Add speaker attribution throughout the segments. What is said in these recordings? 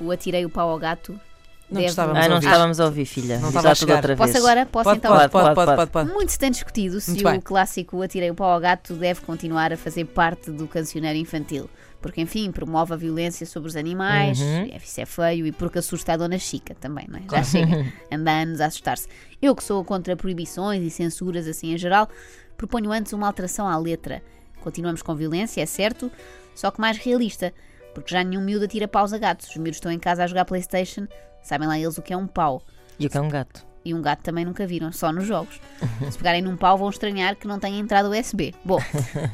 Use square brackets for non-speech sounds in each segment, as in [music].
Speaker 1: o Atirei o Pau ao Gato.
Speaker 2: Não
Speaker 1: deve-
Speaker 2: estávamos
Speaker 1: Vamos
Speaker 2: a
Speaker 3: Ah, não
Speaker 2: ouvir.
Speaker 3: estávamos a ouvir, filha.
Speaker 2: Não
Speaker 3: Já
Speaker 2: estava a
Speaker 3: tudo
Speaker 2: chegar.
Speaker 3: outra vez.
Speaker 1: Posso agora? Posso
Speaker 2: Pode,
Speaker 1: então?
Speaker 2: pode,
Speaker 3: Pode,
Speaker 2: pode, pode, pode,
Speaker 1: Muito se tem discutido se
Speaker 2: Muito
Speaker 1: o
Speaker 2: bem.
Speaker 1: clássico O Atirei o Pau ao Gato deve continuar a fazer parte do cancionário infantil. Porque, enfim, promove a violência sobre os animais,
Speaker 2: Uhum.
Speaker 1: isso é feio, e porque assusta a Dona Chica também, não é? Já
Speaker 2: [laughs]
Speaker 1: chega, anda há anos a assustar-se. Eu que sou contra proibições e censuras assim em geral, proponho antes uma alteração à letra. Continuamos com violência, é certo, só que mais realista, porque já nenhum miúdo atira paus a gatos. Os miúdos estão em casa a jogar Playstation, sabem lá eles o que é um pau.
Speaker 3: E o que é um gato?
Speaker 1: E um gato também nunca viram, só nos jogos. Se pegarem num pau, vão estranhar que não tenha entrada USB. Bom,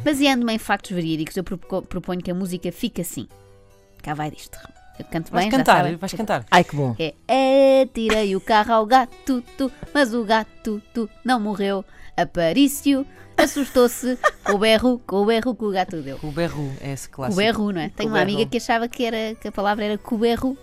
Speaker 1: baseando-me em factos verídicos, eu propo- proponho que a música fique assim. Cá vai disto. Eu canto
Speaker 2: Vais
Speaker 1: bem, já
Speaker 2: cantar,
Speaker 1: sabem.
Speaker 2: vais cantar.
Speaker 3: Ai, que bom.
Speaker 1: É, é, tirei o carro ao gato, tu, mas o gato, tu, não morreu. Aparício assustou-se com o berro, com o berro que o gato deu.
Speaker 2: O berro é esse clássico.
Speaker 1: Cuberru, não é? Tenho uma
Speaker 2: Cuberru.
Speaker 1: amiga que achava que, era, que a palavra era cuberru.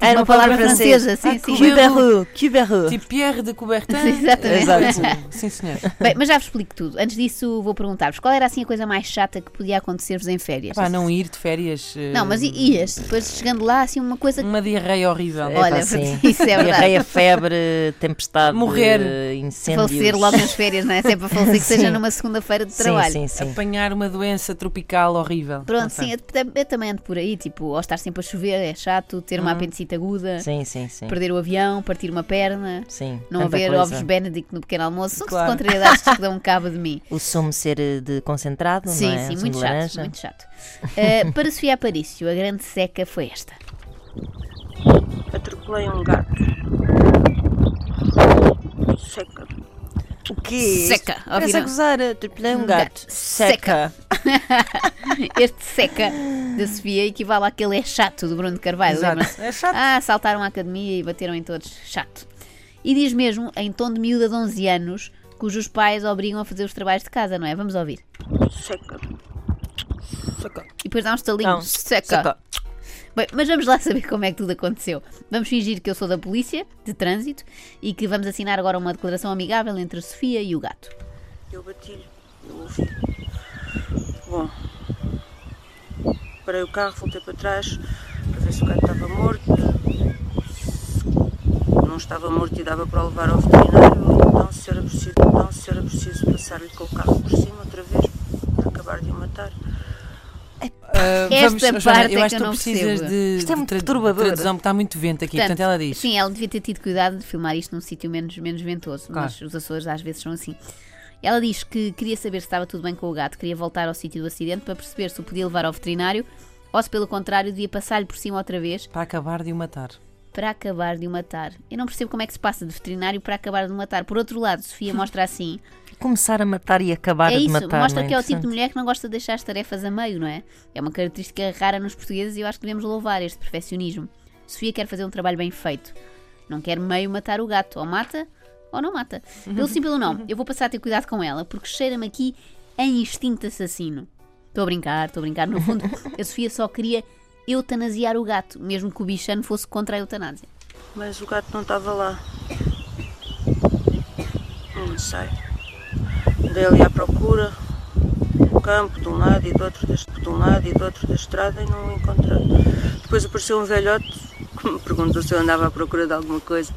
Speaker 3: Ah, era uma palavra francesa. é
Speaker 1: sim,
Speaker 2: Ah,
Speaker 1: sim. é
Speaker 2: cuberru.
Speaker 3: Cuberru,
Speaker 2: [laughs]
Speaker 3: cuberru.
Speaker 2: Tipo Pierre de Coubertin.
Speaker 1: Sim, [laughs] exatamente.
Speaker 2: Exato. Sim, senhor.
Speaker 1: Bem, mas já vos explico tudo. Antes disso, vou perguntar-vos qual era assim a coisa mais chata que podia acontecer-vos em férias?
Speaker 2: Pá, não ir de férias. eh,
Speaker 1: Não, mas i- ias, depois chegando lá, assim, uma coisa que.
Speaker 2: Uma diarreia horrível.
Speaker 3: É.
Speaker 1: Olha,
Speaker 3: pá, sim.
Speaker 1: [laughs] isso é verdade.
Speaker 3: Diarreia, febre, tempestade,
Speaker 2: Morrer.
Speaker 3: eh, incêndios.
Speaker 1: Falecer logo nas férias, não é? Se é para falecer, que seja
Speaker 3: Sim.
Speaker 1: numa segunda-feira de
Speaker 3: Sim,
Speaker 1: trabalho. É
Speaker 3: Sim, sim,
Speaker 2: Apanhar uma doença tropical horrível. Não
Speaker 1: Pronto,
Speaker 2: sei.
Speaker 1: sim, eu, tam- eu também ando por aí, tipo, ou estar sempre a chover é chato, ter uma apendicite aguda,
Speaker 3: Hum. sim. Sim, sim,
Speaker 1: perder o avião, partir uma perna,
Speaker 3: sim.
Speaker 1: não
Speaker 3: Tanta
Speaker 1: haver
Speaker 3: coisa.
Speaker 1: ovos Benedict no pequeno almoço, são
Speaker 2: Claro.
Speaker 1: contrariedades que dão um cabo de mim.
Speaker 3: O sumo ser eh, de concentrado,
Speaker 1: Sim,
Speaker 3: não é?
Speaker 1: sim,
Speaker 3: Sumo
Speaker 1: muito
Speaker 3: de
Speaker 1: chato,
Speaker 3: laranja.
Speaker 1: muito chato. Uh, para Sofia Aparício, a grande seca foi esta.
Speaker 4: Atropelei um gato. Seca.
Speaker 3: O quê?
Speaker 1: Seca,
Speaker 3: Parece a
Speaker 1: ouviram? Hum,
Speaker 3: gozar, atropelei um gato.
Speaker 1: Seca.
Speaker 3: Seca.
Speaker 1: Este seca da Sofia equivale àquele é chato do Bruno Carvalho,
Speaker 2: Exato.
Speaker 1: lembra-se?
Speaker 2: É chato.
Speaker 1: Ah, saltaram à academia e bateram em todos. Chato. E diz mesmo, em tom de miúda de 11 anos, cujos pais obrigam a fazer os trabalhos de casa, não é? Vamos ouvir.
Speaker 4: Seca. Seca.
Speaker 1: E depois dá um estalinho.
Speaker 3: Não,
Speaker 1: seca. Bem, mas vamos lá saber como é que tudo aconteceu. Vamos fingir que eu sou da polícia, de trânsito, e que vamos assinar agora uma declaração amigável entre a Sofia e o gato.
Speaker 4: Eu bati-lhe no ouvido. Bom. Parei o carro, voltei para trás para ver se o gato estava morto. Se Não estava morto e dava para o levar ao veterinário. Então, se era preciso, então, se era preciso passar-lhe com o carro por cima outra vez para acabar de o matar.
Speaker 2: Ah,
Speaker 1: Esta
Speaker 2: Joana,
Speaker 1: parte
Speaker 2: eu
Speaker 1: é
Speaker 2: acho
Speaker 1: que eu
Speaker 2: tu
Speaker 1: não
Speaker 2: precisas
Speaker 1: percebo.
Speaker 2: de.
Speaker 3: Isto é muito
Speaker 2: de tra-
Speaker 3: perturbador.
Speaker 2: Tradução, porque está muito vento aqui. Portanto, ela diz.
Speaker 1: Sim, ela devia ter tido cuidado de filmar isto num sítio menos, menos ventoso,
Speaker 2: Claro.
Speaker 1: mas os Açores às vezes são assim. Ela diz que queria saber se estava tudo bem com o gato, queria voltar ao sítio do acidente para perceber se o podia levar ao veterinário ou se, pelo contrário, devia passar-lhe por cima outra vez
Speaker 2: Para acabar de o matar.
Speaker 1: para acabar de o matar. Eu não percebo como é que se passa de veterinário para acabar de o matar. Por outro lado, Sofia mostra assim.
Speaker 3: Começar a matar e acabar
Speaker 1: é
Speaker 3: de
Speaker 1: isso,
Speaker 3: matar.
Speaker 1: mostra
Speaker 3: não
Speaker 1: que é o tipo de
Speaker 3: interessante?
Speaker 1: mulher que não gosta de deixar as tarefas a meio, não é? É uma característica rara nos portugueses e eu acho que devemos louvar este perfeccionismo. Sofia quer fazer um trabalho bem feito. Não quer meio matar o gato. Ou mata ou não mata. Pelo sim, pelo
Speaker 3: [laughs]
Speaker 1: não. Eu vou passar a ter cuidado com ela porque cheira-me aqui a instinto assassino. Estou a brincar, estou a brincar. No
Speaker 3: [laughs]
Speaker 1: fundo, a Sofia só queria eutanasiar o gato, mesmo que o bichano fosse contra a eutanásia.
Speaker 4: Mas o gato não estava lá. Não sei. Andei ali à procura, no campo, de um lado e do outro, da, est- de um lado e do outro da estrada e não o encontrei. Depois apareceu um velhote [laughs] que me perguntou se eu andava à procura de alguma coisa.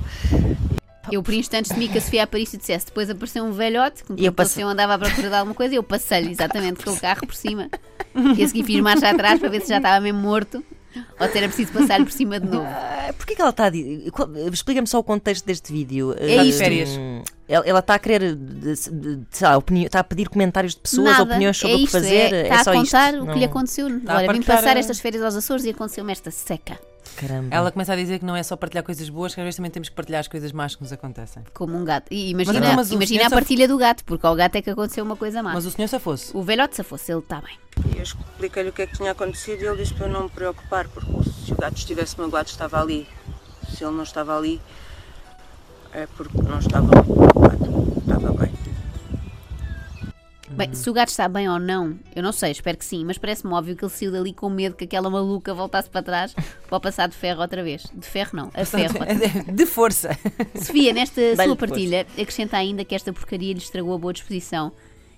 Speaker 1: Eu por instantes temi que a Sofia Aparício dissesse Depois apareceu um velhote que me
Speaker 3: E eu
Speaker 1: perguntou
Speaker 3: passe-
Speaker 1: se eu andava à procura de alguma coisa E eu passei-lhe exatamente com o carro por cima E a seguir fiz marcha atrás para ver se já estava mesmo morto Ou se era preciso passar-lhe por cima de novo
Speaker 3: Ah, Porquê que ela está a dizer? qual- eh, Explica-me só o contexto deste vídeo.
Speaker 1: É
Speaker 3: Ah,
Speaker 1: isto.
Speaker 2: Férias.
Speaker 3: Ela, ela está a querer, eh, de- de- de- sei lá, opini- está a pedir comentários de pessoas,
Speaker 1: Nada,
Speaker 3: opiniões sobre
Speaker 1: é
Speaker 3: o que
Speaker 1: isto, é-
Speaker 3: fazer. É,
Speaker 1: está
Speaker 3: só
Speaker 1: a contar
Speaker 3: isto.
Speaker 1: o que lhe aconteceu
Speaker 2: a
Speaker 1: Olha, vim
Speaker 2: partilhar
Speaker 1: passar
Speaker 2: a-
Speaker 1: estas férias aos Açores e aconteceu-me esta seca
Speaker 3: Caramba.
Speaker 2: Ela começa a dizer que não é só partilhar coisas boas, que às vezes também temos que partilhar as coisas más que nos acontecem.
Speaker 1: Como um gato E
Speaker 2: Mas
Speaker 1: imagina,
Speaker 2: não, mas o
Speaker 1: imagina a
Speaker 2: senhor só-
Speaker 1: partilha do gato Porque ao gato é que aconteceu uma coisa má
Speaker 2: Mas o senhor se fosse.
Speaker 1: O velhote se fosse, ele está bem
Speaker 4: E eu expliquei-lhe o que é que tinha acontecido e ele disse para eu não me preocupar, porque se o gato estivesse magoado estava ali. Se ele não estava ali, é porque não estava preocupado, estava bem.
Speaker 1: Bem, se o gato está bem ou não, eu não sei, espero que sim, mas parece-me óbvio que ele saiu dali com medo que aquela maluca voltasse para trás para o passar de ferro outra vez. De ferro não, a ferro.
Speaker 2: [laughs] De força.
Speaker 1: Sofia, nesta
Speaker 3: Dá-lhe
Speaker 1: sua
Speaker 3: depois.
Speaker 1: partilha, acrescenta ainda que esta porcaria lhe estragou a boa disposição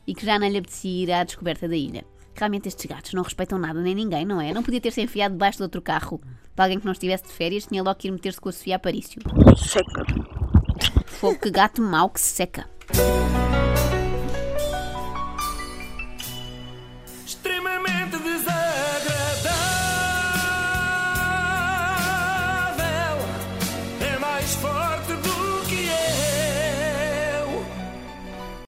Speaker 1: e que já não lhe apetecia ir à descoberta da ilha. Realmente estes gatos não respeitam nada nem ninguém, não é? Não podia ter-se enfiado debaixo de outro carro. Para alguém que não estivesse de férias, tinha logo que ir meter-se com a Sofia Aparício.
Speaker 4: Seca.
Speaker 1: Fogo, que gato mau que se seca.